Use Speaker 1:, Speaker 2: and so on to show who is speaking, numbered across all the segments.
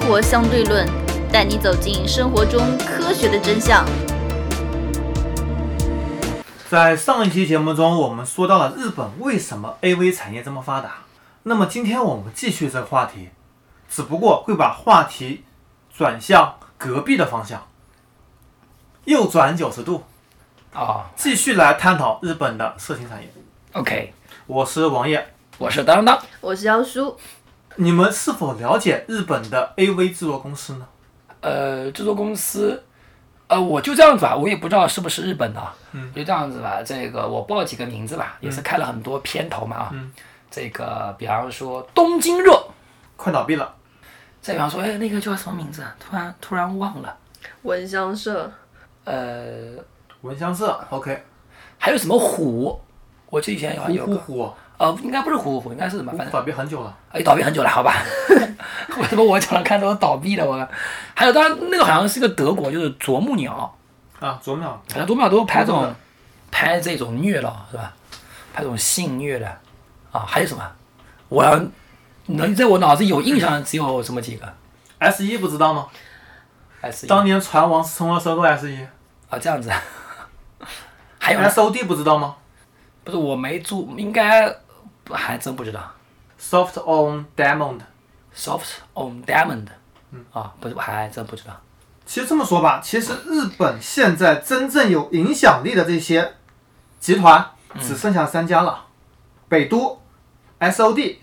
Speaker 1: 活相对论》，带你走进生活中科学的真相。
Speaker 2: 在上一期节目中，我们说到了日本为什么 AV 产业这么发达。那么今天我们继续这个话题，只不过会把话题转向隔壁的方向，右转九十度，
Speaker 3: 啊、
Speaker 2: 继续来探讨日本的色情产业。
Speaker 3: o k
Speaker 2: 我是王爷，
Speaker 3: 我是当当。
Speaker 1: 我是妖叔，
Speaker 2: 你们是否了解日本的 AV 制作公司呢？
Speaker 3: 呃，制作公司，呃，我就这样子吧，我也不知道是不是日本的啊，就这样子吧。这个我报几个名字吧，也是看了很多片头嘛啊。这个比方说东京热，
Speaker 2: 快倒闭了，
Speaker 3: 再比方说，哎，那个叫什么名字啊？突然突然忘了。
Speaker 1: 蚊香社，
Speaker 3: 呃，
Speaker 2: 闻香社，OK，
Speaker 3: 还有什么虎？我记得以前有
Speaker 2: 虎
Speaker 3: 啊有
Speaker 2: 虎
Speaker 3: 个，
Speaker 2: 虎，
Speaker 3: 呃，应该不是虎虎，应该是什么？
Speaker 2: 虎
Speaker 3: 反正
Speaker 2: 虎倒闭很久了。
Speaker 3: 哎，倒闭很久了，好吧？ 为什么我讲了看都倒闭了？我还有，当然那个好像是个德国，就是啄木鸟。
Speaker 2: 啊，啄木鸟，
Speaker 3: 好像多秒都拍这
Speaker 2: 多
Speaker 3: 种
Speaker 2: 秒，
Speaker 3: 拍这种虐了是吧？拍这种性虐的啊，还有什么？我要能在我脑子有印象的只有这么几个。
Speaker 2: S 一不知道吗？
Speaker 3: S
Speaker 2: 当年船王是通过收购 S 一
Speaker 3: 啊这样子， 还有呢？
Speaker 2: ，S O D 不知道吗
Speaker 3: 不是我没注，应该还真不知道。
Speaker 2: ？Soft on Diamond。
Speaker 3: Soft on Diamond，啊，不是我还真不知道。
Speaker 2: 其实这么说吧，其实日本现在真正有影响力的这些集团只剩下三家了：北都、SOD、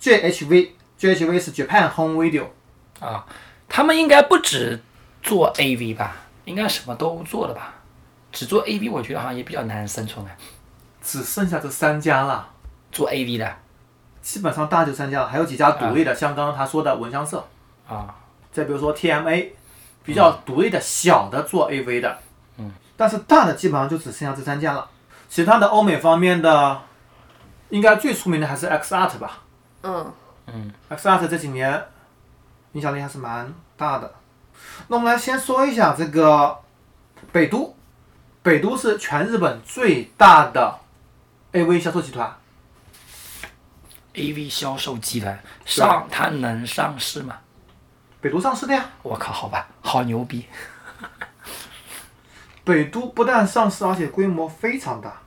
Speaker 2: JHV。JHV 是 Japan Home Video。
Speaker 3: 他们应该不只做 AV 吧？应该什么都做了吧？只做 AV，我觉得好像也比较难生存啊。
Speaker 2: 只剩下这三家了，
Speaker 3: 做 AV 的
Speaker 2: 基本上大就三家了，还有几家独立的，像刚刚他说的闻香社，
Speaker 3: 啊，
Speaker 2: 再比如说 TMA，比较独立的小的做 AV 的，嗯，但是大的基本上就只剩下这三家了，其他的欧美方面的，应该最出名的还是 XArt 吧，
Speaker 1: 嗯，
Speaker 2: XArt 这几年影响力还是蛮大的。那我们来先说一下这个北都，北都是全日本最大的 AV 销售集团，
Speaker 3: AV 销售集团上，它能上市吗？
Speaker 2: 北都上市的呀。
Speaker 3: 我靠，好吧，好牛逼！
Speaker 2: 北都不但上市，而且规模非常大。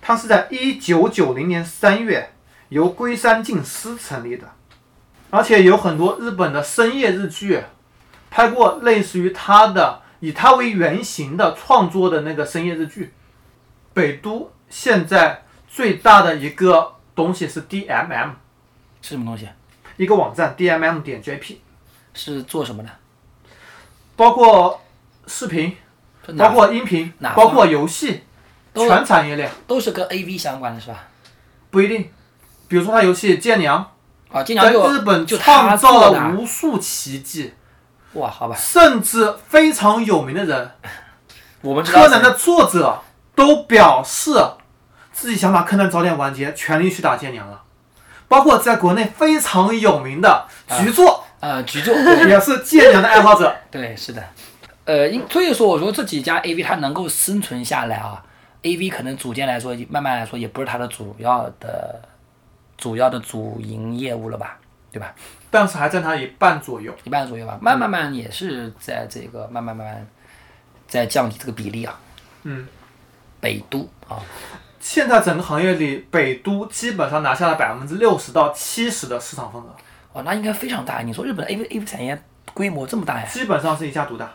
Speaker 2: 它是在一九九零年三月由龟山进司成立的，而且有很多日本的深夜日剧，拍过类似于它的以它为原型的创作的那个深夜日剧。北都现在最大的一个东西是 DMM，
Speaker 3: 是什么东西？
Speaker 2: 一个网站 DMM 点 JP，
Speaker 3: 是做什么的？
Speaker 2: 包括视频，
Speaker 3: 是哪
Speaker 2: 包括音频，
Speaker 3: 哪
Speaker 2: 包括游戏，
Speaker 3: 都
Speaker 2: 全产业链。
Speaker 3: 都是跟 AV 相关的是吧？
Speaker 2: 不一定。比如说他游戏《剑娘
Speaker 3: 啊，经》常
Speaker 2: 在
Speaker 3: 就
Speaker 2: 日本
Speaker 3: 就
Speaker 2: 创
Speaker 3: 他
Speaker 2: 造
Speaker 3: 做
Speaker 2: 了
Speaker 3: 的
Speaker 2: 无数奇迹，
Speaker 3: 哇，好吧，
Speaker 2: 甚至非常有名的人，
Speaker 3: 我们知道
Speaker 2: 柯南的作者都表示自己想把柯南早点完结，全力去打剑娘了。包括在国内非常有名的局座，
Speaker 3: 呃局座，
Speaker 2: 也是剑娘的爱好者。
Speaker 3: 对，是的，呃，因所以说我说这几家 AV 它能够生存下来啊，AV 可能组件来说，慢慢来说也不是它的主要的主要的主营业务了吧，对吧？
Speaker 2: 但是还占他一半左右。
Speaker 3: 一半左右吧，慢慢慢也是在这个慢慢慢慢在降低这个比例啊。
Speaker 2: 嗯，
Speaker 3: 北都啊，
Speaker 2: 现在整个行业里，北都基本上拿下了百分之六十到七十的市场份额，
Speaker 3: 哇，哦那应该非常大。你说日本的 A V A V 产业规模这么大呀？
Speaker 2: 基本上是一家独大。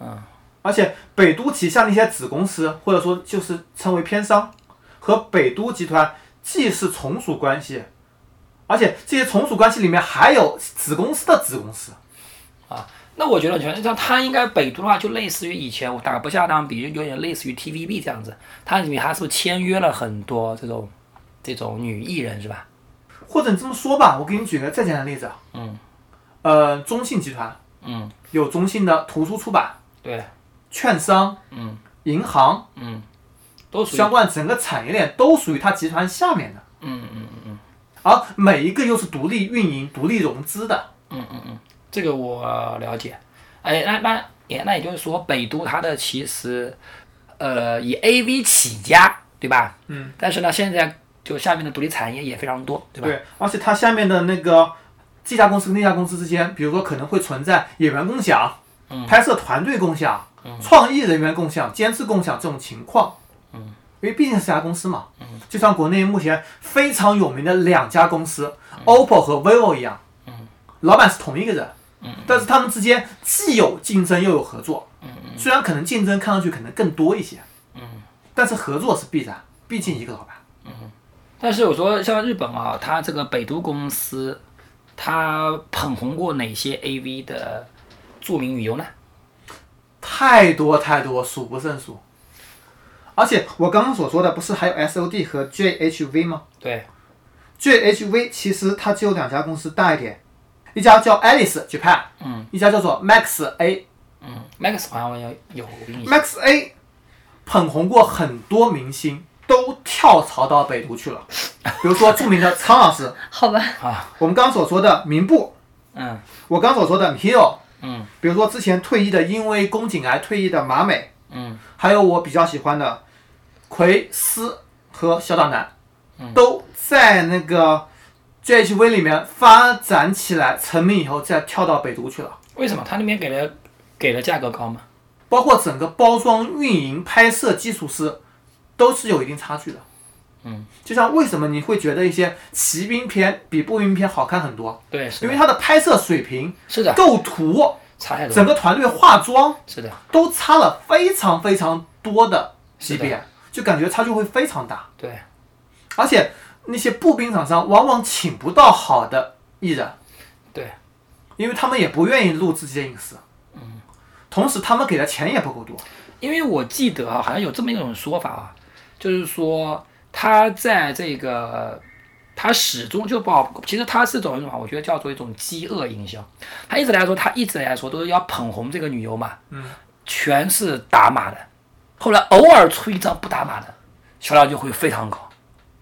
Speaker 3: 嗯，
Speaker 2: 而且北都旗下那些子公司，或者说就是称为片商，和北都集团既是从属关系，而且这些从属关系里面还有子公司的子公司。
Speaker 3: 那我觉得全像它应该北都的话，就类似于以前我打不下当比，有点类似于 T V B 这样子。它里面它是不是签约了很多这种这种女艺人是吧？
Speaker 2: 或者你这么说吧，我给你举个再简单的例子啊，
Speaker 3: 嗯，
Speaker 2: 呃，中信集团
Speaker 3: 嗯，
Speaker 2: 有中信的图书出版、
Speaker 3: 对，
Speaker 2: 券商、
Speaker 3: 嗯
Speaker 2: 银行
Speaker 3: 嗯，都属于
Speaker 2: 相关整个产业链都属于它集团下面的，
Speaker 3: 嗯嗯嗯嗯
Speaker 2: 而每一个又是独立运营、独立融资的。
Speaker 3: 嗯嗯嗯，这个我了解。哎，那那也那也就是说，北都它的其实呃以 A V 起家，对吧？
Speaker 2: 嗯。
Speaker 3: 但是呢，现在就下面的独立产业也非常多，对吧？
Speaker 2: 对，而且它下面的那个这家公司跟那家公司之间，比如说可能会存在演员共享、
Speaker 3: 嗯
Speaker 2: 拍摄团队共享、创意人员共享、监制共享这种情况。
Speaker 3: 嗯
Speaker 2: 因为毕竟是家公司嘛，就像国内目前非常有名的两家公司、OPPO
Speaker 3: 嗯
Speaker 2: 和 vivo 一样，老板是同一个人，
Speaker 3: 嗯
Speaker 2: 但是他们之间既有竞争又有合作，
Speaker 3: 嗯
Speaker 2: 虽然可能竞争看上去可能更多一些，但是合作是必然，毕竟一个老板。
Speaker 3: 但是我说像日本啊，它这个北都公司，它捧红过哪些 AV 的著名女优呢？
Speaker 2: 太多太多，数不胜数。而且我刚刚所说的不是还有 S O D 和 J H V 吗
Speaker 3: 对，
Speaker 2: ？J H V 其实它只有两家公司大一点，一家叫 Alice Japan，嗯，一家叫做 Max A。
Speaker 3: 嗯，Max 好像我有有印象。
Speaker 2: Max A 捧红过很多明星，都跳槽到北都去了，比如说著名的苍老师，
Speaker 1: 好吧，
Speaker 2: 我们刚刚所说的名部，
Speaker 3: 啊嗯
Speaker 2: 我刚所说的 Hero，
Speaker 3: 嗯，
Speaker 2: 比如说之前退役的因为宫颈癌退役的马美，
Speaker 3: 嗯
Speaker 2: 还有我比较喜欢的奎斯和小岛南，都在那个 JHV 里面发展起来，成名以后再跳到北都去了。
Speaker 3: 为什么他那边给了给了价格高吗？
Speaker 2: 包括整个包装、运营、拍摄基础是都是有一定差距的。嗯，就像为什么你会觉得一些骑兵片比步兵片好看很多？
Speaker 3: 对，是
Speaker 2: 因为
Speaker 3: 的，
Speaker 2: 它的拍摄水平、
Speaker 3: 是的，
Speaker 2: 构图、
Speaker 3: 差太多
Speaker 2: 整
Speaker 3: 了，
Speaker 2: 个团队化妆
Speaker 3: 是的，
Speaker 2: 都差了非常非常多的级
Speaker 3: 是
Speaker 2: 别，就感觉差距会非常大。
Speaker 3: 对，
Speaker 2: 而且那些步兵厂商往往请不到好的艺人，
Speaker 3: 对，
Speaker 2: 因为他们也不愿意录自己的隐私。嗯，同时他们给的钱也不够多。
Speaker 3: 因为我记得啊，好像有这么一种说法啊，就是说他在这个他始终就不好，其实他是种一种啊，我觉得叫做一种饥饿营销。他一直来说，他一直来说都是要捧红这个女优嘛，嗯，全是打码的，后来偶尔出一张不打码的，销量就会非常高，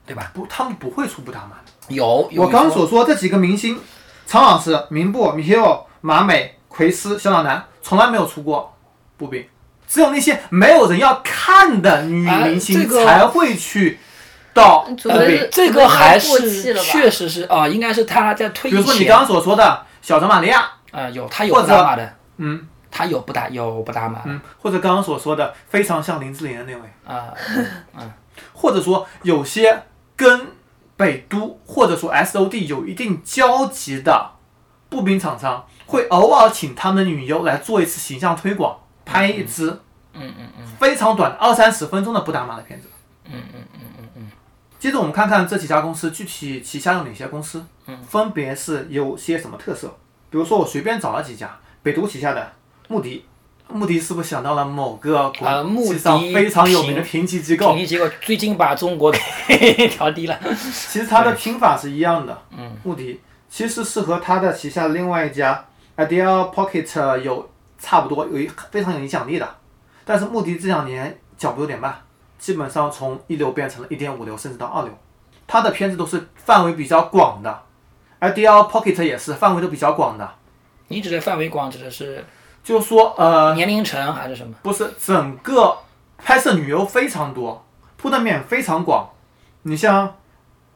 Speaker 3: 对吧？
Speaker 2: 不，他们不会出不打码的。
Speaker 3: 有，有
Speaker 2: 我刚
Speaker 3: 一
Speaker 2: 刚
Speaker 3: 说
Speaker 2: 所说这几个明星，苍老师、明步、米 hero、马美、奎斯、小老男，从来没有出过步兵，只有那些没有人要看的女
Speaker 3: 啊
Speaker 2: 明
Speaker 3: 这
Speaker 2: 星
Speaker 3: 个嗯
Speaker 2: 才会去到步
Speaker 1: 除非
Speaker 2: 兵
Speaker 1: 是。
Speaker 3: 呃这个还
Speaker 1: 过气
Speaker 3: 是
Speaker 1: 了吧
Speaker 3: 确实是啊、应该是他在退
Speaker 2: 比
Speaker 3: 役
Speaker 2: 如说你
Speaker 3: 前
Speaker 2: 刚刚所说的小张玛利亚，
Speaker 3: 啊、有他有
Speaker 2: 或
Speaker 3: 不
Speaker 2: 者
Speaker 3: 打码的，
Speaker 2: 嗯，
Speaker 3: 他有不打有不打码的
Speaker 2: 嗯，或者刚刚所说的非常像林志玲的那位。
Speaker 3: 啊、
Speaker 2: 或者说有些跟北都或者说 SOD 有一定交集的步兵厂商，会偶尔请他们的女优来做一次形象推广，拍一支
Speaker 3: 嗯嗯嗯
Speaker 2: 非常短二三十分钟的不打码的片子。嗯嗯嗯嗯嗯。接着我们看看这几家公司具体旗下有哪些公司，
Speaker 3: 嗯
Speaker 2: 分别是有些什么特色。比如说我随便找了几家，北都旗下的穆迪，穆迪是不是想到了某个
Speaker 3: 啊
Speaker 2: 国
Speaker 3: 穆
Speaker 2: 际上
Speaker 3: 迪
Speaker 2: 非常有名的
Speaker 3: 评
Speaker 2: 评级 机构
Speaker 3: 统？一结果最近把中国给 调低了。
Speaker 2: 其实它的拼法是一样的，嗯，穆迪其实是和它的旗下另外一家 Ideal Pocket 有差不多，有一非常有影响力的，但是穆迪这两年脚步有点慢，基本上从一流变成了一点五流，甚至到二流。它的片子都是范围比较广的，Ideal Pocket 也是范围都比较广的，
Speaker 3: 你指的范围广指的是
Speaker 2: 就是说呃，
Speaker 3: 年龄层还是什么？
Speaker 2: 不是整个拍摄女优非常多，铺的面非常广。你像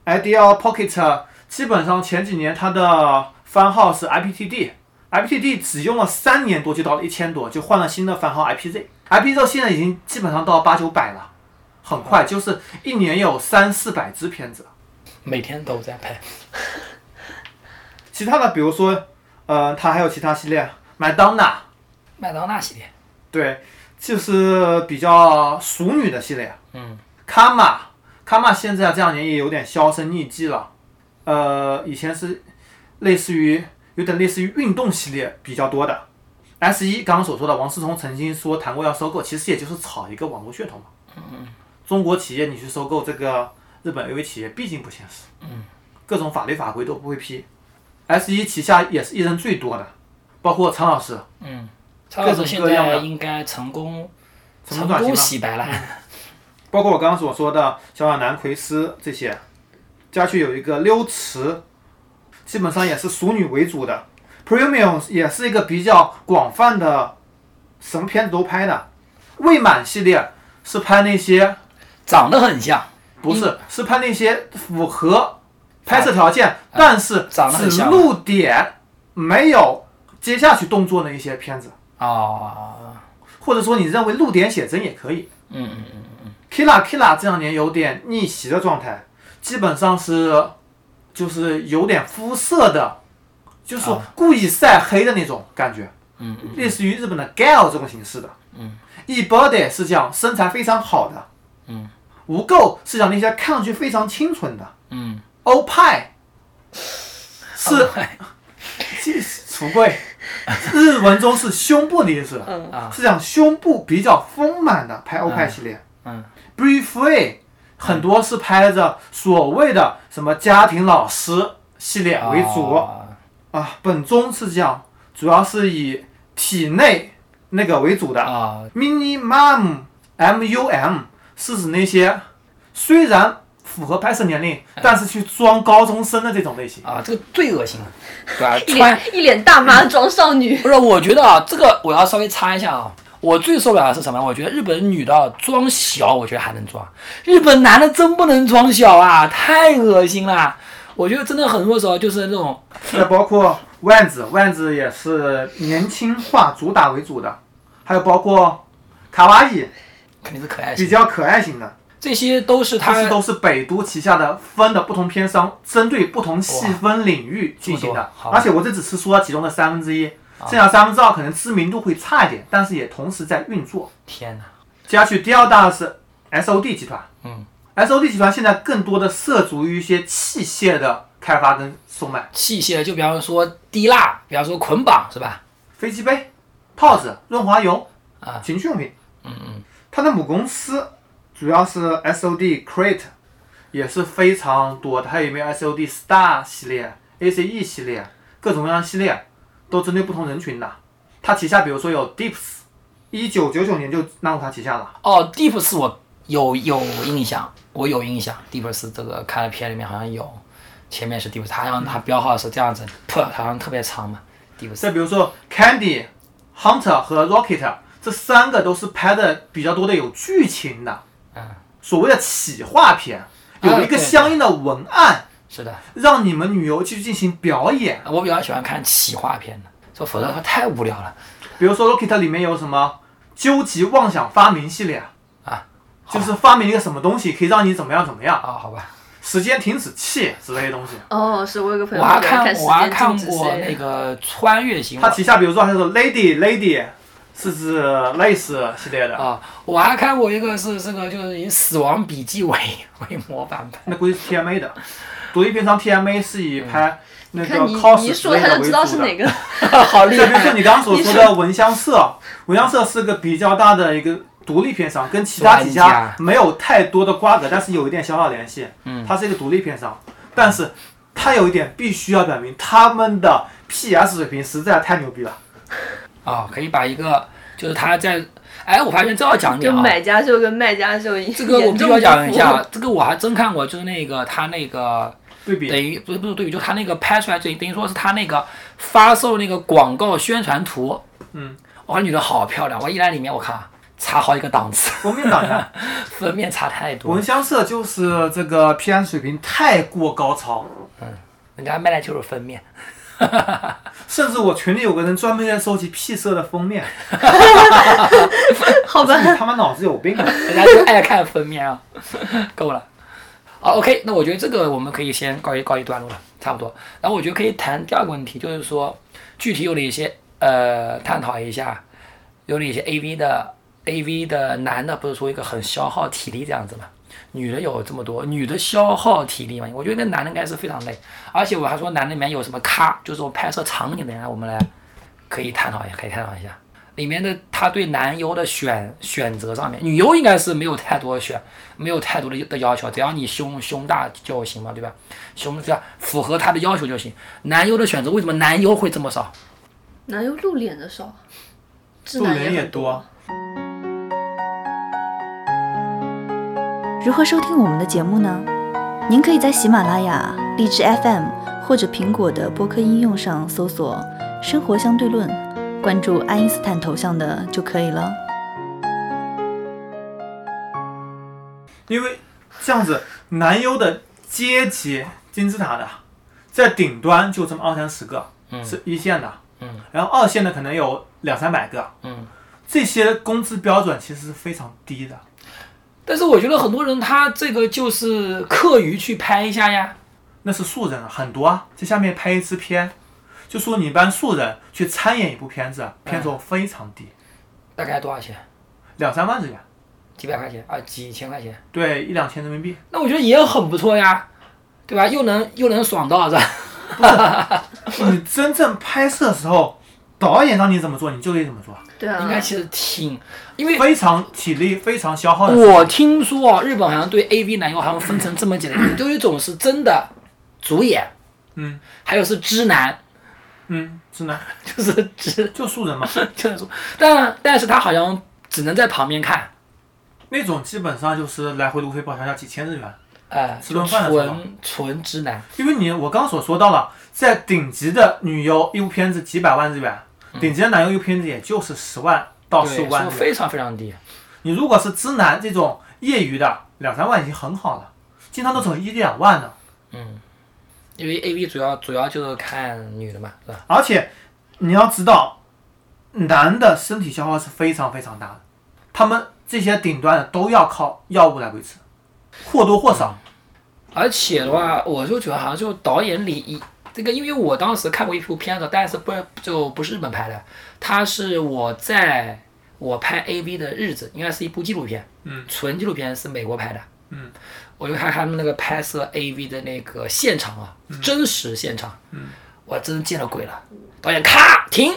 Speaker 2: Ideal Pocket，基本上前几年它的番号是 IPTD，IPTD 只用了三年多就到了一千多，就换了新的番号 IPZ，IPZ 现在已经基本上到八九百了，很快就是一年有三四百支片子。
Speaker 3: 每天都在拍。
Speaker 2: 其他的比如说，呃，它还有其他系列，麦当娜，
Speaker 3: 麦当娜系列，
Speaker 2: 对，就是比较熟女的系列。
Speaker 3: 嗯，
Speaker 2: 卡玛，卡玛现在这两年也有点销声匿迹了。呃，以前是类似于有点类似于运动系列比较多的。S 一刚刚所说的，王思聪曾经说谈过要收购，其实也就是炒一个网络噱头嘛。
Speaker 3: 嗯
Speaker 2: 中国企业你去收购这个日本 AV 企业，毕竟不现实。
Speaker 3: 嗯
Speaker 2: 各种法律法规都不会批。S 一旗下也是艺人最多的，包括常老师，
Speaker 3: 曹老
Speaker 2: 各
Speaker 3: 师
Speaker 2: 种
Speaker 3: 现
Speaker 2: 各样
Speaker 3: 在
Speaker 2: 的
Speaker 3: 应该成功
Speaker 2: 成功
Speaker 3: 成
Speaker 2: 转型
Speaker 3: 功
Speaker 2: 了嗯
Speaker 3: 洗白了。
Speaker 2: 包括我刚刚所说的小亚男、奎斯这些，家去有一个溜池，基本上也是熟女为主的。Premium 也是一个比较广泛的，什么片子都拍的。未满系列是拍那些
Speaker 3: 长得很像，
Speaker 2: 不是是拍那些符合拍摄条件，但是
Speaker 3: 哎长得很
Speaker 2: 只
Speaker 3: 像
Speaker 2: 露点，没有接下去动作的一些片子，
Speaker 3: 哦，
Speaker 2: 或者说你认为露点写真也可以。
Speaker 3: 嗯嗯嗯，
Speaker 2: Kila Kila 这两年有点逆袭的状态，基本上是就是有点肤色的，就是说故意晒黑的那种感觉，
Speaker 3: 啊嗯，
Speaker 2: 类似于日本的 gal 这种形式的，
Speaker 3: 嗯
Speaker 2: ，e body 是讲身材非常好的，
Speaker 3: 嗯，
Speaker 2: 无垢是讲那些看上去非常清纯的
Speaker 3: 嗯，
Speaker 2: 欧 派是
Speaker 3: 哎
Speaker 2: 这橱柜，日文中是胸部的意思，
Speaker 3: 啊
Speaker 2: 是讲胸部比较丰满的拍欧派系列。
Speaker 3: 嗯
Speaker 2: b r e e Free 很多是拍着所谓的什么家庭老师系列为主、
Speaker 3: 哦
Speaker 2: 啊，本宗是这样，主要是以体内那个为主的。
Speaker 3: 啊，
Speaker 2: Minimum MUM 是指那些虽然符合拍摄年龄，但是去装高中生的这种类型。
Speaker 3: 哎啊，这个最恶心了，对吧、
Speaker 1: 一
Speaker 3: 穿
Speaker 1: 脸一脸大妈装少女，
Speaker 3: 不是，我觉得啊，这个我要稍微插一下啊。我最受不了的是什么？我觉得日本女的啊装小，我觉得还能装；日本男的真不能装小啊，太恶心了。我觉得真的很多时候就是那种
Speaker 2: 还呃包括万子，万子也是年轻化主打为主的，还有包括卡哇伊
Speaker 3: 肯定哎是可爱
Speaker 2: 比
Speaker 3: 型，
Speaker 2: 较可爱型的，
Speaker 3: 这些都是
Speaker 2: 这
Speaker 3: 他
Speaker 2: 些都是北都旗下的分的不同片商针对不同细分领域进行
Speaker 3: 哇
Speaker 2: 的
Speaker 3: 这么多，好啊
Speaker 2: 而且我这只是说其中的三分之一，剩下三分之二可能知名度会差一点，但是也同时在运作。
Speaker 3: 天哪，
Speaker 2: 接下去第二大的是 SOD 集团，
Speaker 3: 嗯
Speaker 2: ，SOD 集团现在更多的涉足于一些器械的开发跟售卖，
Speaker 3: 器械就比方说滴蜡，比方说捆绑是吧？
Speaker 2: 飞机杯、套子、润滑油
Speaker 3: 啊
Speaker 2: 情趣用品。
Speaker 3: 嗯嗯
Speaker 2: 它的母公司主要是 SOD Crate，也是非常多的，它有没有 SOD Star 系列、ACE 系列，各种各样的系列，都针对不同人群的。它旗下比如说有 Dips，一九九九年就纳入它旗下了。
Speaker 3: 哦，Deep 是我有有印象，我有印象，Deep 是这个看的片里面好像有，前面是 Deep，它好
Speaker 1: 嗯
Speaker 3: 像它标号是这样子，特好像特别长嘛，Deep
Speaker 2: 再比如说 Candy、Hunter 和 Rocket 这三个都是拍的比较多的有剧情的，
Speaker 3: 嗯，啊
Speaker 2: 所谓的企划片，有一
Speaker 3: 对
Speaker 2: 个相应的文案，
Speaker 3: 是的。
Speaker 2: 让你们女优去进行表演。
Speaker 3: 我比较喜欢看企划片的，这否则它太无聊了。
Speaker 2: 比如说 Rocket 里面有什么究极妄想发明系列
Speaker 3: 啊，
Speaker 2: 就是发明一个什么东西可以让你怎么样怎么样，
Speaker 3: 啊、好吧，
Speaker 2: 时间停止器之类的东西。
Speaker 1: 哦，是我有个朋
Speaker 3: 我
Speaker 1: 友
Speaker 3: 还
Speaker 1: 喜欢看时
Speaker 3: 我还
Speaker 1: 间静
Speaker 3: 看
Speaker 1: 止
Speaker 3: 过那个穿越型，
Speaker 2: 它
Speaker 3: 我
Speaker 2: 旗下比如说还有 Lady Lady，是指 Lace 系列的，
Speaker 3: 啊，我还看过一个是这个就是以《死亡笔记为》为模板 拍。
Speaker 2: 那估计是 TMA 的。独立片商 TMA 是以
Speaker 3: 嗯
Speaker 2: 拍那个
Speaker 1: 看你
Speaker 2: cos
Speaker 1: 你
Speaker 2: 之
Speaker 1: 说
Speaker 2: 类
Speaker 1: 他
Speaker 2: 的
Speaker 1: 就
Speaker 2: 为
Speaker 1: 知
Speaker 2: 主
Speaker 1: 道是哪
Speaker 2: 的。
Speaker 1: 个，
Speaker 3: 好厉
Speaker 2: 再比如说
Speaker 3: 害！
Speaker 2: 你刚刚所说的蚊香社，蚊香社是个比较大的一个独立片商，跟其他几家
Speaker 3: 专家
Speaker 2: 没有太多的瓜葛，但是有一点小小联系。
Speaker 3: 嗯
Speaker 2: 它是一个独立片商，但是它有一点必须要表明，他们的 PS 水平实在太牛逼了。
Speaker 3: 啊、可以把一个就是他在，哎，我发现这要讲
Speaker 1: 就
Speaker 3: 点啊。
Speaker 1: 买家秀跟卖家秀一
Speaker 3: 这个我
Speaker 1: 严
Speaker 3: 必
Speaker 1: 重
Speaker 3: 须要
Speaker 1: 不
Speaker 3: 讲一
Speaker 1: 符
Speaker 3: 下，这个我还真看过，就是那个他那个
Speaker 2: 对比
Speaker 3: 等于不是不是对比，就他那个拍出来等于等于说是他那个发售那个广告宣传图，
Speaker 2: 嗯，
Speaker 3: 哇，女的好漂亮，我一来里面我看差好几个档次，
Speaker 2: 封面党呢，
Speaker 3: 分面差太多
Speaker 2: 蚊
Speaker 3: 了，
Speaker 2: 香社就是这个 PS 水平太过高超，
Speaker 3: 人家卖的就是分面，
Speaker 2: 甚至我群里有个人专门在收集 P 社的封面，
Speaker 1: 好吧，
Speaker 2: 你他妈脑子有病啊！
Speaker 3: 人家就爱看分面啊，够了。好，OK，那我觉得这个我们可以先告一告一段落了，差不多。然后我觉得可以谈第二个问题，就是说具体有哪一些呃探讨一下，有哪些 AV 的 AV 的男的不是说一个很消耗体力这样子嘛？女的有这么多，女的消耗体力嘛？我觉得那男的应该是非常累，而且我还说男的里面有什么咖，就是说拍摄场景的人，我们来可以探讨一下，可以探讨一下里面的他对男优的选选择上面，女优应该是没有太多选，没有太多的的要求，只要你胸胸大就行嘛，对吧？胸只要符合他的要求就行。男优的选择为什么男优会这么少？
Speaker 1: 哪有露脸的少？直
Speaker 2: 素
Speaker 1: 男
Speaker 2: 人也
Speaker 1: 很
Speaker 2: 多，
Speaker 4: 如何收听我们的节目呢？您可以在喜马拉雅、荔枝 FM 或者苹果的播客应用上搜索“生活相对论”，关注爱因斯坦头像的就可以了。
Speaker 2: 因为这样子男优的阶级金字塔的，在顶端就这么二三十个，
Speaker 3: 嗯
Speaker 2: 是一线的，
Speaker 3: 嗯，
Speaker 2: 然后二线的可能有两三百个，
Speaker 3: 嗯，
Speaker 2: 这些工资标准其实是非常低的，
Speaker 3: 但是我觉得很多人他这个就是课余去拍一下呀，
Speaker 2: 那是素人啊，很多啊，在下面拍一支片，就说你帮素人去参演一部片子，啊
Speaker 3: 嗯
Speaker 2: 片酬非常低，
Speaker 3: 大概多少钱？
Speaker 2: 两三万日元，
Speaker 3: 几百块钱啊，几千块钱？
Speaker 2: 对，一两千人民币，
Speaker 3: 那我觉得也很不错呀，对吧？又能又能爽到是吧？
Speaker 2: 你真正拍摄的时候，导演让你怎么做，你就得怎么 做，
Speaker 1: 对
Speaker 5: 嗯
Speaker 1: 啊，
Speaker 3: 应该其实挺，因为
Speaker 2: 非常体力非常消耗的事情。
Speaker 3: 我听说啊，日本好像对 AV 男优好像分成这么几类，有一种是真的主演，
Speaker 2: 嗯，
Speaker 3: 还有是直男，
Speaker 2: 嗯，是呢，
Speaker 3: 就是直
Speaker 2: 就素人嘛，
Speaker 3: 就是说，但但是他好像只能在旁边看，
Speaker 2: 那种基本上就是来回路费报销价几千日元，
Speaker 3: 呃，
Speaker 2: 吃
Speaker 3: 就
Speaker 2: 顿饭的时候
Speaker 3: 纯纯直男，
Speaker 2: 因为你我刚刚所说到了，在顶级的女优一部片子几百万日元，顶级的男优一部片子也就是十万到十
Speaker 3: 嗯对，
Speaker 2: 五万
Speaker 3: 说
Speaker 2: 日元。
Speaker 3: 非常非常低，
Speaker 2: 你如果是直男这种业余的，两三万已经很好了，经常都走一两万的，
Speaker 3: 因为 AV 主要主要就是看女的嘛，是吧？
Speaker 2: 而且你要知道，男的身体消耗是非常非常大的，他们这些顶端的都要靠药物来维持，或多或少。
Speaker 3: 而且的话，我就觉得好像就导演里一这个，因为我当时看过一部片子，但是不就不是日本拍的，它是我在我拍 AV 的日子，应该是一部纪录片，
Speaker 2: 嗯，
Speaker 3: 纯纪录片是美国拍的，
Speaker 2: 嗯，
Speaker 3: 我就看他们那个拍摄 AV 的那个现场啊，真实现场，
Speaker 2: 嗯，
Speaker 3: 我真见了鬼了，导演咔停。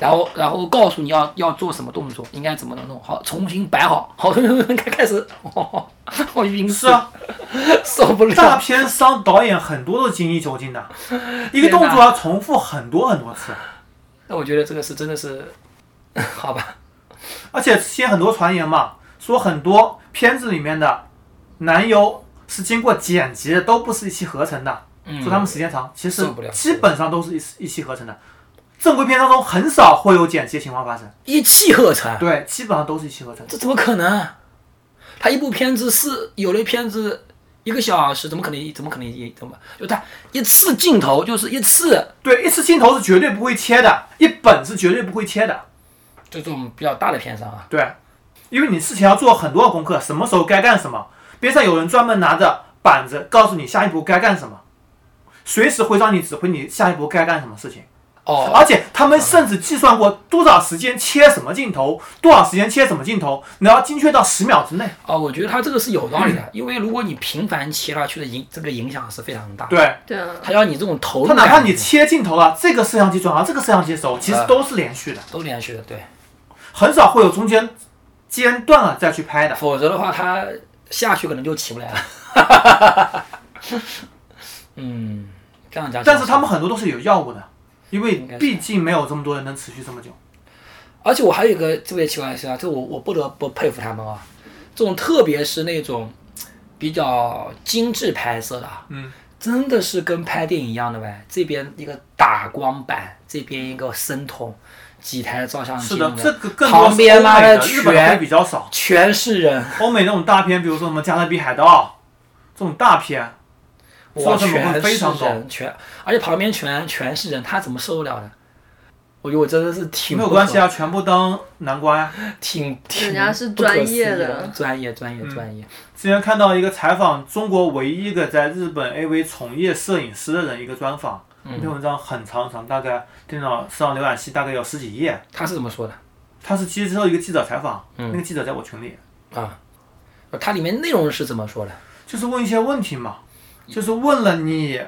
Speaker 3: 然后，然后告诉你要要做什么动作，应该怎么能弄好，重新摆好，好， 开开始，哦、我晕
Speaker 2: 是
Speaker 3: 死
Speaker 2: 啊，
Speaker 3: 受不了。
Speaker 2: 大片商导演很多都精益求精 的，一个动作要重复很多很多次，
Speaker 3: 那我觉得这个是真的是，好吧，
Speaker 2: 而且之前很多传言嘛，说很多片子里面的男优是经过剪辑的，都不是一气呵成的，
Speaker 3: 嗯
Speaker 2: 说他们时间长，其实
Speaker 3: 受不了
Speaker 2: 基本上都是一一气呵成的。正规片当中很少会有剪辑的情况发生，
Speaker 3: 一气呵成，
Speaker 2: 对，基本上都是一气呵成。
Speaker 3: 这怎么可能？他一部片子是有的片子一个小时，怎么可能？怎么可能一？怎么就他一次镜头就是一次
Speaker 2: 对，一次镜头是绝对不会切的，一本是绝对不会切的。
Speaker 3: 这种比较大的片商啊，
Speaker 2: 对，因为你事前要做很多的功课，什么时候该干什么，边上有人专门拿着板子告诉你下一步该干什么，随时会让你指挥你下一步该干什么事情。
Speaker 3: 哦，
Speaker 2: 而且他们甚至计算过多少时间切什么镜头，多少时间切什么镜头，你要精确到十秒之内。
Speaker 3: 哦，我觉得他这个是有道理的，因为如果你频繁切下去的影，这个影响是非常大。，
Speaker 2: 对
Speaker 1: 对啊，
Speaker 3: 他要你这种投入
Speaker 2: 他，
Speaker 3: 感，
Speaker 2: 哪怕你切镜头了，这个摄像机转到这个摄像机的时候，
Speaker 3: 嗯
Speaker 2: 其实都是连续的，
Speaker 3: 都连续的，对，
Speaker 2: 很少会有中间间断了再去拍的。
Speaker 3: 否则的话他下去可能就起不来了。 嗯，这样讲起来，
Speaker 2: 但是他们很多都是有药物的，因为
Speaker 3: 应该是
Speaker 2: 毕竟没有这么多人能持续这么久。
Speaker 3: 而且我还有一个特别奇怪的事啊，这我我不得不佩服他们啊，这种特别是那种比较精致拍摄的啊，
Speaker 2: 嗯，
Speaker 3: 真的是跟拍电影一样的呗，这边一个打光板，这边一个声筒，几台照相机
Speaker 2: 是
Speaker 3: 那
Speaker 2: 的
Speaker 3: 种，，
Speaker 2: 这个更多
Speaker 3: 旁边
Speaker 2: 是欧
Speaker 3: 拉
Speaker 2: 美
Speaker 3: 的
Speaker 2: 的，日本的会
Speaker 3: 全
Speaker 2: 比较少。
Speaker 3: 全是人，
Speaker 2: 欧美那种大片，比如说什么《加勒比海盗》这种大片，
Speaker 3: 哇，
Speaker 2: 说成本会
Speaker 3: 全
Speaker 2: 非
Speaker 3: 是
Speaker 2: 常高
Speaker 3: 人，全而且旁边全全是人，他怎么受得了呢？我觉得我真的是挺
Speaker 2: 没有
Speaker 3: 不
Speaker 2: 关
Speaker 3: 可
Speaker 2: 系啊，全部当南瓜呀。
Speaker 3: 挺挺
Speaker 1: 人家是
Speaker 3: 不可
Speaker 1: 专
Speaker 3: 思
Speaker 1: 业
Speaker 3: 议
Speaker 1: 的
Speaker 3: 专业专业
Speaker 2: 嗯
Speaker 3: 专业，
Speaker 2: 之前看到一个采访中国唯一一个在日本 AV 从业摄影师的人一个专访，那篇文章很长很长，大概电脑上浏览器大概有十几页。
Speaker 3: 他是怎么说的？
Speaker 2: 他是接受一个记者采访，那个记者在我群里，
Speaker 3: 啊，它里面内容是怎么说的？
Speaker 2: 就是问一些问题嘛，就是问了你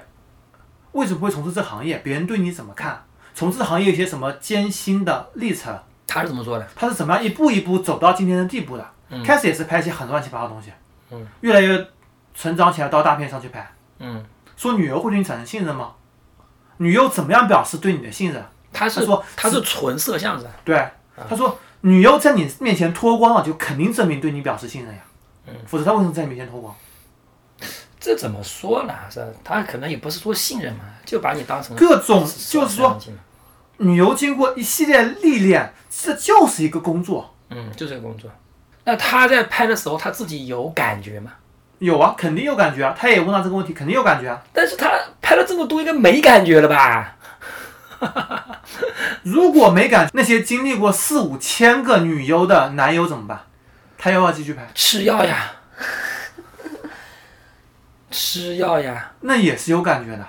Speaker 2: 为什么会从事这行业，别人对你怎么看，从事行业有些什么艰辛的历程，
Speaker 3: 他是怎么说的？
Speaker 2: 他是怎么样一步一步走到今天的地步的。开始也是拍一些很乱七八糟的东西，
Speaker 3: 嗯
Speaker 2: 越来越成长起来到大片上去拍。
Speaker 3: 嗯，
Speaker 2: 说女优会对你产生信任吗？女优怎么样表示对你的信任？
Speaker 3: 他是
Speaker 2: 他说
Speaker 3: 他是纯摄像子啊，
Speaker 2: 对，他说女优在你面前脱光了，就肯定证明对你表示信任呀。否则她为什么在你面前脱光？
Speaker 3: 这怎么说呢？是吧他可能也不是说信任嘛，就把你当成
Speaker 2: 各种
Speaker 3: 摄
Speaker 2: 就是说
Speaker 3: 像，机嘛
Speaker 2: 女优经过一系列历练，这就是一个工作，
Speaker 3: 嗯，就这个工作。那他在拍的时候，他自己有感觉吗？
Speaker 2: 有啊，肯定有感觉啊。他也问到这个问题，肯定有感觉啊。
Speaker 3: 但是他拍了这么多，应该没感觉了吧？
Speaker 2: 如果没感，那些经历过四五千个女优的男优怎么办？他又要继续拍，
Speaker 3: 吃药 呀，吃药呀。
Speaker 2: 那也是有感觉的。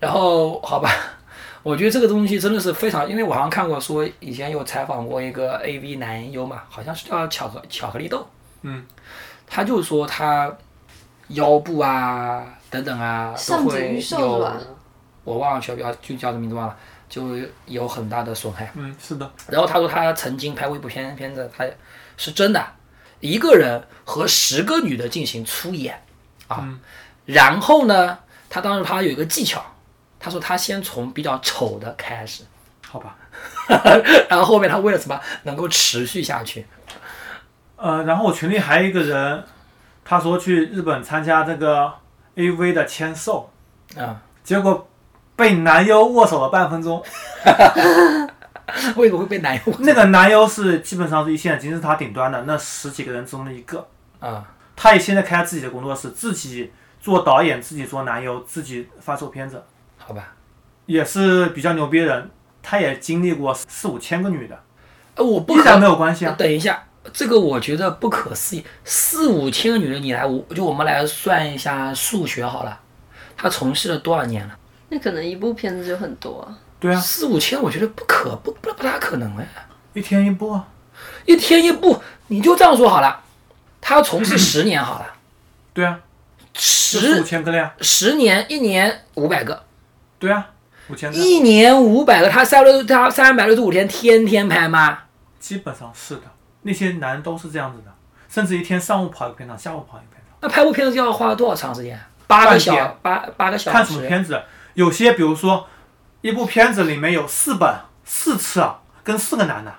Speaker 3: 然后好吧， 我觉得这个东西真的是非常，因为我好像看过说以前有采访过一个 AV 男优嘛，好像是叫巧克巧克力豆，
Speaker 2: 嗯，
Speaker 3: 他就说他腰部啊等等啊都
Speaker 5: 上
Speaker 3: 会
Speaker 5: 紧
Speaker 3: 有
Speaker 5: 预售是吧？
Speaker 3: 我忘了叫叫就叫什么名字忘了，就有很大的损害。
Speaker 2: 嗯，是的，
Speaker 3: 然后他说他曾经拍过一部片片子，他是真的一个人和十个女的进行粗演啊，然后呢，他当时他有一个技巧，他说他先从比较丑的开始，
Speaker 2: 好吧。
Speaker 3: 然后后面他为了什么能够持续下去？
Speaker 2: 呃，然后我群里还有一个人，他说去日本参加这个 AV 的签售，
Speaker 3: 啊、
Speaker 2: 结果被男优握手了半分 钟。
Speaker 3: 为什么会被男优
Speaker 2: 那个男优是基本上是一线金字塔顶端的那十几个人中的一个。
Speaker 3: 啊、
Speaker 2: 他也现在开自己的工作室，自己做导演，自己做男优，自己发售片子，
Speaker 3: 好吧，
Speaker 2: 也是比较牛逼的人。他也经历过四五千个女的，
Speaker 3: 呃，我不
Speaker 2: 依然没
Speaker 3: 可
Speaker 2: 有关系啊。
Speaker 3: 等一下。这个我觉得不可思议，四五千个女人，你来，我就我们来算一下数学好了，他从事了多少年了？
Speaker 5: 那可能一部片子就很多啊。
Speaker 2: 对啊，
Speaker 3: 四五千，我觉得不可不不不大可能哎，
Speaker 2: 一天一部啊。
Speaker 3: 一天一部，你就这样说好了，他要从事十年好了，
Speaker 2: 对啊，四五
Speaker 3: 十
Speaker 2: 千个了呀。
Speaker 3: 十年一年五百个，
Speaker 2: 对啊，五千个，
Speaker 3: 一年五百个，他三六他三百六十五天天天拍吗？
Speaker 2: 基本上是的。那些男都是这样子的，甚至一天上午跑一个片场，下午跑一个片场。
Speaker 3: 那拍部片子要花多少长时间？啊八个
Speaker 2: 半
Speaker 3: 小
Speaker 2: 天
Speaker 3: 八八个小
Speaker 2: 看什么
Speaker 3: 时，
Speaker 2: 片子？有些比如说，一部片子里面有四本、四次啊，跟四个男的，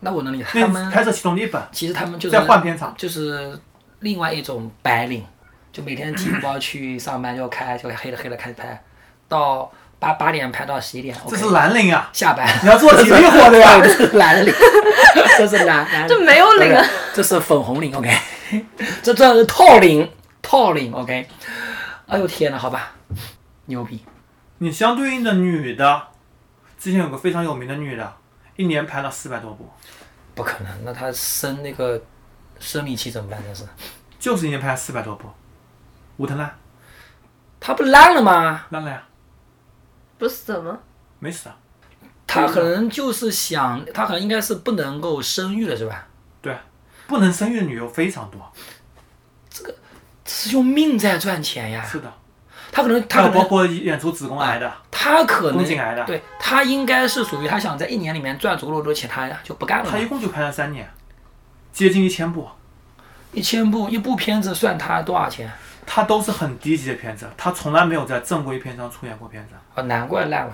Speaker 3: 那我能理解他
Speaker 2: 那拍
Speaker 3: 们，
Speaker 2: 摄其中的一本，
Speaker 3: 其实他们就是
Speaker 2: 再换片场。
Speaker 3: 就是另外一种白领，就每天提包去上班就开就黑了黑了开始拍，到八八点拍到十一点
Speaker 2: 这
Speaker 3: ，OK，
Speaker 2: 是蓝领啊，
Speaker 3: 下班。
Speaker 2: 你要做体力活的呀。
Speaker 3: 这是蓝领，这是蓝蓝，
Speaker 5: 这没有领啊，
Speaker 3: 这是粉红领，OK，这这是套领，套领，OK。哎呦天呐，好吧，牛逼，
Speaker 2: 你相对应的女的，之前有个非常有名的女的，一年拍了四百多部，
Speaker 3: 不可能，那他生那个生理期怎么办？这是
Speaker 2: 就是一年拍四百多部，武藤兰
Speaker 3: 他不烂了吗？
Speaker 2: 烂了呀，
Speaker 5: 不是死了吗？
Speaker 2: 没死啊，
Speaker 3: 他可能就是想，他可能应该是不能够生育了，是吧？
Speaker 2: 对啊，不能生育的女优非常多，
Speaker 3: 这是用命在赚钱呀，
Speaker 2: 是的，
Speaker 3: 他可能
Speaker 2: 还
Speaker 3: 他
Speaker 2: 有
Speaker 3: 可
Speaker 2: 包
Speaker 3: 能
Speaker 2: 括演出子宫癌的，
Speaker 3: 他可
Speaker 2: 宫颈癌
Speaker 3: 能
Speaker 2: 的
Speaker 3: 对他应该是属于他想在一年里面赚足够多钱，他就不干了嘛
Speaker 2: 她。一共就拍了三年，接近一千部，
Speaker 3: 一千部一部片子算他多少钱？
Speaker 2: 她都是很低级的片子，她从来没有在正规片上出演过片子，
Speaker 3: 啊，难怪烂了，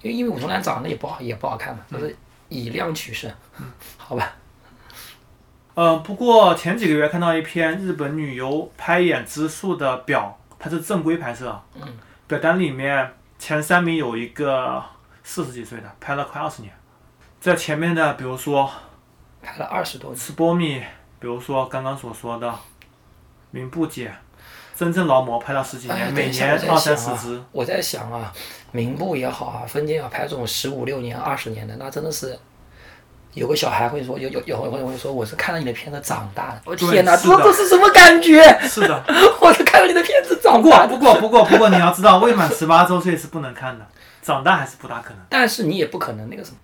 Speaker 3: 因为因为武松兰长得也不好，也不好看嘛，就是以量取胜，
Speaker 2: 嗯
Speaker 3: 好吧？
Speaker 2: 呃，不过前几个月看到一篇日本女优拍演之术的表，它是正规拍摄，嗯，表单里面前三名有一个四十几岁的，拍了快二十年，在前面的比如说
Speaker 3: 拍了二十多次，
Speaker 2: s p o m i 比如说刚刚所说的名部姐，真正劳模拍了十几
Speaker 3: 哎
Speaker 2: 年，
Speaker 3: 等
Speaker 2: 每
Speaker 3: 一下我
Speaker 2: 年
Speaker 3: 在
Speaker 2: 二三
Speaker 3: 想
Speaker 2: 十
Speaker 3: 啊
Speaker 2: 支，
Speaker 3: 我在想啊，名部也好啊，分间也好，拍这种十五六年、二十年的，那真的是。有个小孩会说，有有有会会说，我是看了你的片子长大的。我
Speaker 2: 哦对
Speaker 3: 天哪，
Speaker 2: 是的
Speaker 3: 这这是什么感觉？
Speaker 2: 是的。
Speaker 3: 我是看了你的片子长
Speaker 2: 不过
Speaker 3: 大
Speaker 2: 不
Speaker 3: 的。
Speaker 2: 过不过不过，你要知道，未满十八周岁是不能看的，长大还是不大可能。
Speaker 3: 但是你也不可能那个什么，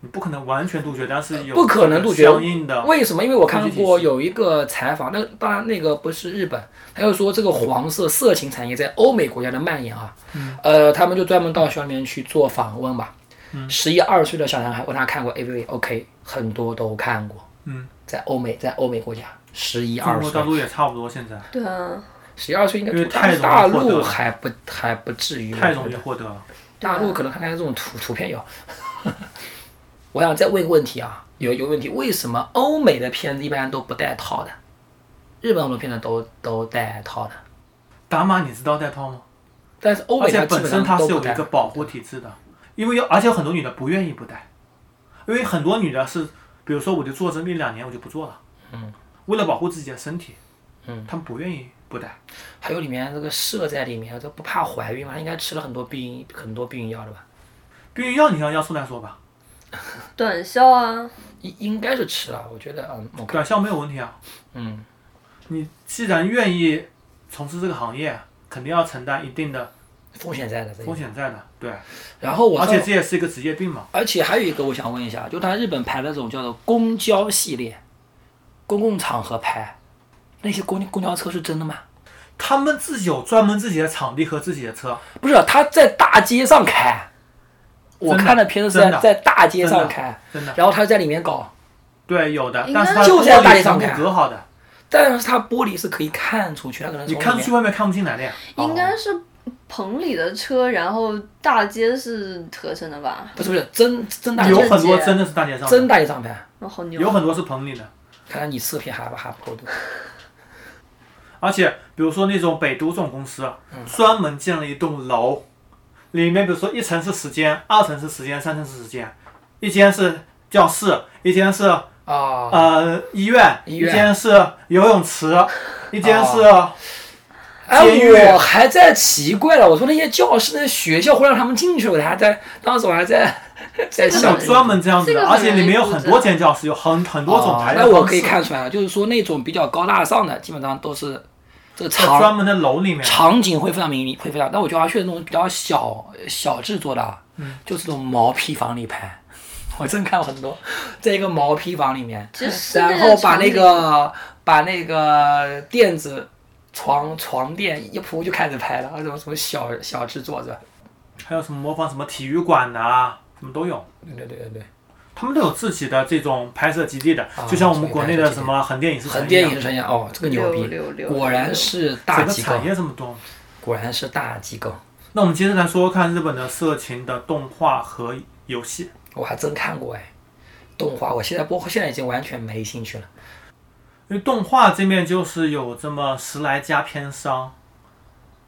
Speaker 2: 你不可能完全杜绝，但是有
Speaker 3: 不可能杜绝
Speaker 2: 相应的
Speaker 3: 为什么？因为我看
Speaker 2: 根据
Speaker 3: 过
Speaker 2: 体系
Speaker 3: 有一个采访，那当然那个不是日本，他就说这个黄色色情产业在欧美国家的蔓延啊，
Speaker 2: 嗯
Speaker 3: 呃，他们就专门到学校里面去做访问吧。
Speaker 2: 嗯
Speaker 3: 十一二岁的小男孩问他看过 AV，OK，、很多都看过，
Speaker 2: 嗯，
Speaker 3: 在欧美，在欧美国家，十一
Speaker 2: 中
Speaker 3: 二
Speaker 2: 国
Speaker 3: 岁
Speaker 2: 大，陆也差不多，现在
Speaker 5: 对啊，
Speaker 3: 十一二岁应该
Speaker 2: 因为
Speaker 3: 大
Speaker 2: 太容易
Speaker 3: 大
Speaker 2: 获得
Speaker 3: 陆
Speaker 2: 了
Speaker 3: 还不还不至于，
Speaker 2: 太容易获得了。
Speaker 5: 啊
Speaker 3: 大陆可能看看这种图图片有。 我想再问一个问题啊，有一个问题，为什么欧美的片子一般都不带套的，日本很多片子都都带套的，
Speaker 2: 打码你知道带套吗？
Speaker 3: 但是欧
Speaker 2: 而
Speaker 3: 美
Speaker 2: 且
Speaker 3: 它基
Speaker 2: 本
Speaker 3: 本
Speaker 2: 身它
Speaker 3: 上
Speaker 2: 是
Speaker 3: 都
Speaker 2: 有
Speaker 3: 不
Speaker 2: 一
Speaker 3: 带
Speaker 2: 个。保护体制的，因为有而且有很多女的不愿意不戴，因为很多女的是，比如说我就做这么一两年我就不做了，嗯，为了保护自己的身体，嗯，他们不愿意不戴。
Speaker 3: 还有里面这个麝在里面，这不怕怀孕吗？它应该吃了很多避孕很多避孕药的吧？
Speaker 2: 避孕药，你让要出来说吧，
Speaker 5: 短效啊，
Speaker 3: 应应该是吃了，我觉得嗯，OK，
Speaker 2: 短效没有问题啊。
Speaker 3: 嗯，
Speaker 2: 你既然愿意从事这个行业，肯定要承担一定的
Speaker 3: 风险在的。这个
Speaker 2: 风险在的，对。
Speaker 3: 然后我
Speaker 2: 而
Speaker 3: 知道
Speaker 2: 且这也是一个职业病嘛。
Speaker 3: 而且还有一个我想问一下，就它日本牌的这种叫做公交系列，公共场合牌，那些公公交车是真的吗？
Speaker 2: 他们自己有专门自己的场地和自己的车，
Speaker 3: 不是，它在大街上开。我
Speaker 2: 真的
Speaker 3: 看的片子是
Speaker 2: 真
Speaker 3: 在
Speaker 2: 的
Speaker 3: 在大街
Speaker 2: 真
Speaker 3: 上
Speaker 2: 的
Speaker 3: 开，
Speaker 2: 真的，
Speaker 3: 然后他在里面搞，
Speaker 2: 对，有的，
Speaker 5: 应该
Speaker 2: 但是它
Speaker 3: 就在大街
Speaker 2: 玻
Speaker 3: 上
Speaker 2: 璃
Speaker 3: 看
Speaker 2: 全部隔好的，
Speaker 3: 但是它玻璃是可以看出去，它可能
Speaker 2: 你
Speaker 3: 从
Speaker 2: 看
Speaker 3: 里
Speaker 2: 出
Speaker 3: 面
Speaker 2: 去外面看不进来的呀。
Speaker 3: 哦
Speaker 5: 应该是棚里的车，然后大街是合成的吧？
Speaker 3: 不是不是真真大
Speaker 2: 有
Speaker 3: 街
Speaker 2: 很多真的是大街上
Speaker 3: 真
Speaker 2: 的，
Speaker 3: 大街上拍，
Speaker 5: 哦，好牛！
Speaker 2: 有很多是棚里的。
Speaker 3: 看来你视频还不还不够多。
Speaker 2: 而且比如说那种北都这种公司，啊
Speaker 3: 嗯
Speaker 2: 专门建了一栋楼，里面比如说一层是时间，二层是时间，三层是时间，一间是教室，一间是
Speaker 3: 啊、
Speaker 2: 呃医院，
Speaker 3: 医
Speaker 2: 一
Speaker 3: 院哦
Speaker 2: 间是游泳 池，一间是
Speaker 3: 哎，
Speaker 2: 监狱
Speaker 3: 我还在奇怪了，我说那些教室、那些学校会让他们进去，我还在当时我还在 在
Speaker 5: 这
Speaker 2: 这
Speaker 5: 个
Speaker 3: 想
Speaker 2: 种
Speaker 5: 很
Speaker 2: 专门这样子
Speaker 5: 这
Speaker 2: 的，
Speaker 5: 个
Speaker 2: 而
Speaker 5: 很
Speaker 2: 且里面有很多间教室，有很很多种排列
Speaker 3: 哦
Speaker 2: 方
Speaker 3: 那
Speaker 2: 式。
Speaker 3: 哎我可以看出来了，就是说那种比较高大上的，基本上都是这个
Speaker 2: 在专
Speaker 3: 场
Speaker 2: 门的楼里面，
Speaker 3: 场景会非常明会非常，但我觉得还去那种比较小小制作的啊，就是那种毛坯房里拍。我真看过很多，在一个毛坯房里面，
Speaker 5: 其实室内的
Speaker 3: 然后把那
Speaker 5: 场景
Speaker 3: 个把那个垫子、床床垫一铺就开始拍了，那种什么小小制作是吧？
Speaker 2: 还有什么模仿什么体育馆呐、什么都有。
Speaker 3: 对对对对。
Speaker 2: 他们都有自己的这种拍摄基地的，
Speaker 3: 啊
Speaker 2: 就像我们国内
Speaker 3: 自己拍摄
Speaker 2: 的
Speaker 3: 基地
Speaker 2: 什么横店影视城
Speaker 3: 横
Speaker 2: 一样
Speaker 3: 店影城呀，哦，这个牛逼
Speaker 5: 六六，六
Speaker 3: 果然是大
Speaker 2: 整个
Speaker 3: 机构
Speaker 2: 产，业这么多。
Speaker 3: 果然是大机构。
Speaker 2: 那我们接着来说说看日本的色情的动画和游戏。
Speaker 3: 我还真看过哎，动画，我现在包括现在已经完全没兴趣了。
Speaker 2: 因为动画这面就是有这么十来家片商，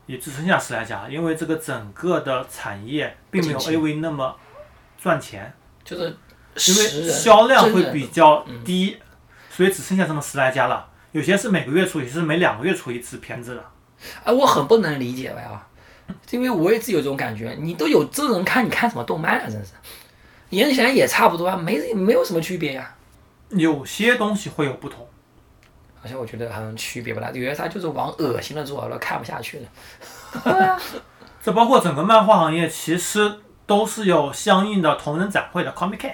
Speaker 2: 也只剩下十来家，因为这个整个的产业并没有
Speaker 3: 不景
Speaker 2: AV 那么赚钱，
Speaker 3: 就是
Speaker 2: 因
Speaker 3: 十
Speaker 2: 为
Speaker 3: 人
Speaker 2: 销量会
Speaker 3: 真嗯
Speaker 2: 比
Speaker 3: 人
Speaker 2: 较低，所以只剩下这么十来家了。有些是每个月出，有些是每两个月出一次片子的。
Speaker 3: 哎，我很不能理解了呀，因为我也自己有这种感觉，你都有真人看，你看什么动漫啊？真是，演起来也差不多啊，没没有什么区别呀、
Speaker 2: 有些东西会有不同，
Speaker 3: 好像我觉得好像区别不大，有些他就是往恶心的做，了，看不下去了。
Speaker 5: 对啊，
Speaker 2: 这包括整个漫画行业，其实都是有相应的同人展会的 Comic Con。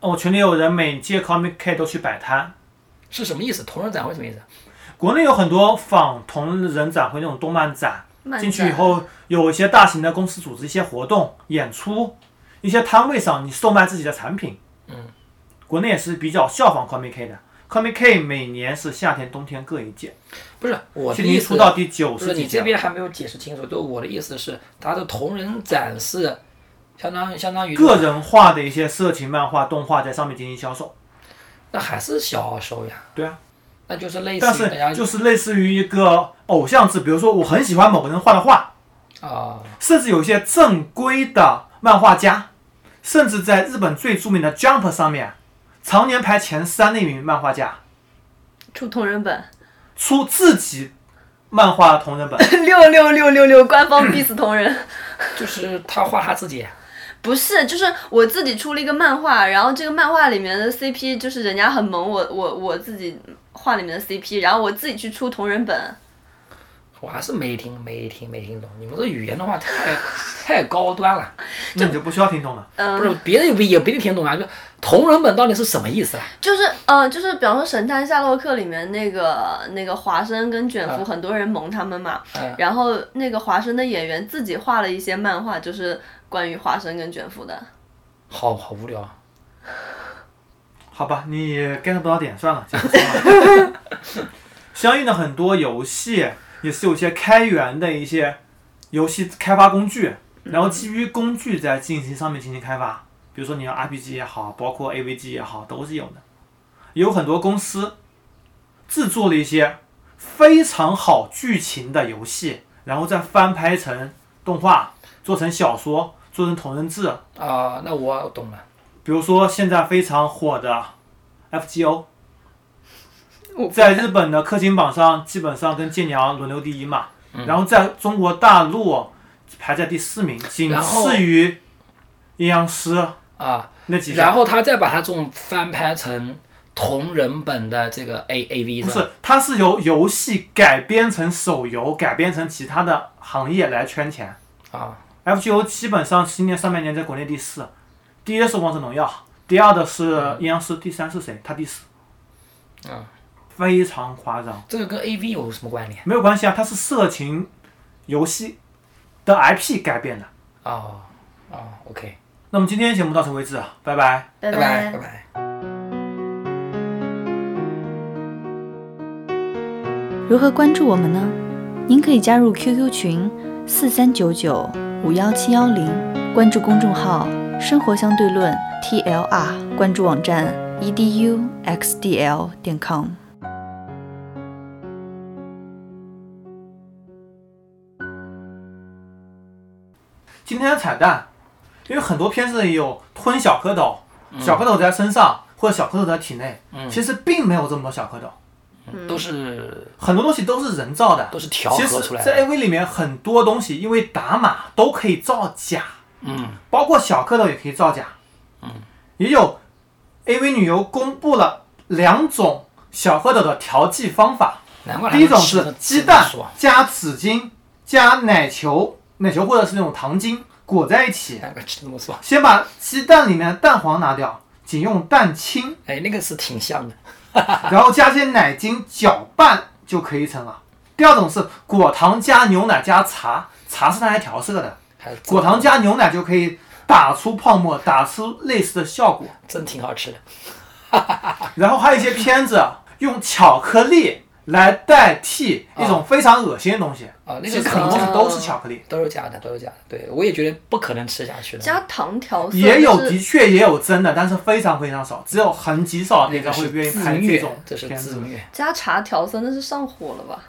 Speaker 2: 我群里有人每届 Comic Con 都去摆摊，
Speaker 3: 是什么意思？同人展会什么意思？
Speaker 2: 国内有很多仿同人展会那种动漫展，
Speaker 5: 漫
Speaker 2: 进去
Speaker 5: 展
Speaker 2: 以后有一些大型的公司组织一些活动、演出，一些摊位上你售卖自己的产品。嗯，国内也是比较效仿 Comic Con 的。Comic Con 每年是夏天、冬天各一届，
Speaker 3: 不是我的
Speaker 2: 今
Speaker 3: 意
Speaker 2: 年
Speaker 3: 思
Speaker 2: 出，到第九
Speaker 3: 不
Speaker 2: 十
Speaker 3: 是
Speaker 2: 几
Speaker 3: 你这
Speaker 2: 届。
Speaker 3: 边还没有解释清楚。就我的意思是，他的同人展示相当于相当于
Speaker 2: 个，人化的一些色情漫画、动画在上面进行销售。
Speaker 3: 那还是小手呀，
Speaker 2: 对啊，
Speaker 3: 那就是类似
Speaker 2: 但
Speaker 3: 于大家
Speaker 2: 是就是类似于一个偶像制，比如说我很喜欢某个人画的画，
Speaker 3: 啊、
Speaker 2: 甚至有一些正规的漫画家，甚至在日本最著名的 Jump 上面，常年排前三的一名漫画家，
Speaker 5: 出同 人本，
Speaker 2: 出自己漫画同人本。
Speaker 5: 六六六六六，官 方必死同人。
Speaker 3: 就是他画他自己啊呀。
Speaker 5: 不是，就是我自己出了一个漫画，然后这个漫画里面的 CP 就是人家很萌，我我我自己画里面的 CP，然后我自己去出同人本。
Speaker 3: 我还是没听没听没听懂，你们这语言的话太太高端了，
Speaker 2: 那你就不需要听懂了。
Speaker 3: 不是别人也不也不一定听懂啊。就同人本到底是什么意思啊？
Speaker 5: 就是呃，就是比方说《神探夏洛克》里面那个那个华生跟卷福，
Speaker 3: 嗯
Speaker 5: 很多人萌他们嘛。
Speaker 3: 嗯
Speaker 5: 然后那个华生的演员自己画了一些漫画，就是关于华生跟卷福的。
Speaker 3: 好好无聊啊。
Speaker 2: 好吧，你也 get 不到点算了，结束了相应的很多游戏也是有一些开源的一些游戏开发工具，然后基于工具在进行上面进行开发，比如说你要 RPG 也好，包括 AVG 也好，都是有的。有很多公司制作了一些非常好剧情的游戏，然后再翻拍成动画，做成小说，做成同人志，
Speaker 3: 啊、那我懂了。
Speaker 2: 比如说现在非常火的 FGO，
Speaker 5: 我不
Speaker 2: 在日本的氪金榜上基本上跟剑娘轮流第一嘛，
Speaker 3: 嗯
Speaker 2: 然后在中国大陆排在第四名，仅
Speaker 3: 然后
Speaker 2: 次于阴阳师
Speaker 3: 啊，
Speaker 2: 那几
Speaker 3: 然
Speaker 2: 家。
Speaker 3: 后他再把它这种翻拍成同人本的这个 A A V
Speaker 2: 不
Speaker 3: 是吧
Speaker 2: 是，它是由游戏改编成手游，改编成其他的行业来圈钱。
Speaker 3: 啊，
Speaker 2: FGO 基本上今年上半年在国内第四，第一是王者荣耀，第二的是阴阳师，第三是谁？他第四。
Speaker 3: 嗯，
Speaker 2: 非常夸张，
Speaker 3: 这个跟 A V 有什么关联？
Speaker 2: 没有关系啊，它是色情游戏的 IP 改编的。
Speaker 3: 哦哦，OK，
Speaker 2: 那么今天节目到此为止，啊拜拜。
Speaker 5: 拜
Speaker 3: 拜拜拜。
Speaker 4: 如何关注我们呢？您可以加入 QQ 群四三九九五幺七幺零，关注公众号“生活相对论 ”TLR，关注网站 E eduxdl 点 com。
Speaker 2: 今天的彩蛋，因为很多片子里有吞小蝌蚪，小蝌蚪在身上、或者小蝌蚪在体内，其实并没有这么多小蝌蚪，
Speaker 5: 嗯
Speaker 3: 都是
Speaker 2: 很多东西都是人造的
Speaker 3: 都。是调
Speaker 2: 其
Speaker 3: 和
Speaker 2: 实
Speaker 3: 出，来
Speaker 2: 在
Speaker 3: 的。
Speaker 2: AV 里面很多东西因为打码都可以造假，
Speaker 3: 嗯
Speaker 2: 包括小蝌蚪也可以造假。也有 AV 女优公布了两种小蝌蚪的调剂方法，
Speaker 3: 难怪他
Speaker 2: 第一
Speaker 3: 们
Speaker 2: 种
Speaker 3: 吃
Speaker 2: 是
Speaker 3: 的
Speaker 2: 鸡蛋
Speaker 3: 爽，
Speaker 2: 加纸巾加奶球，奶球或者是那种糖精裹在一起。
Speaker 3: 难怪吃的那么爽。
Speaker 2: 先把鸡蛋里面的蛋黄拿掉，仅用蛋清，
Speaker 3: 哎，那个是挺像的。
Speaker 2: 然后加些奶精搅拌就可以成了。第二种是果糖加牛奶加茶，茶是拿来调色的，
Speaker 3: 还真
Speaker 2: 果糖加牛奶就可以打出泡沫，打出类似的效果。
Speaker 3: 真挺好吃的，
Speaker 2: 然后还有一些片子啊用巧克力来代替一种非常恶心的东西，
Speaker 3: 啊哦那个
Speaker 2: 其实很多东西都是巧克力。
Speaker 3: 都是假的，都是假的。对我也觉得不可能吃下去的。
Speaker 5: 加糖调色
Speaker 2: 也有
Speaker 5: 就是
Speaker 2: 的确也有真的，但是非常非常少，只有很极少的
Speaker 3: 那
Speaker 2: 店家
Speaker 3: 个
Speaker 2: 会
Speaker 3: 是
Speaker 2: 愿意
Speaker 3: 自
Speaker 2: 拍这
Speaker 3: 虐
Speaker 2: 种，
Speaker 3: 这是
Speaker 2: 片
Speaker 3: 自
Speaker 2: 子。
Speaker 3: 虐。
Speaker 5: 加茶调色，那是上火了吧？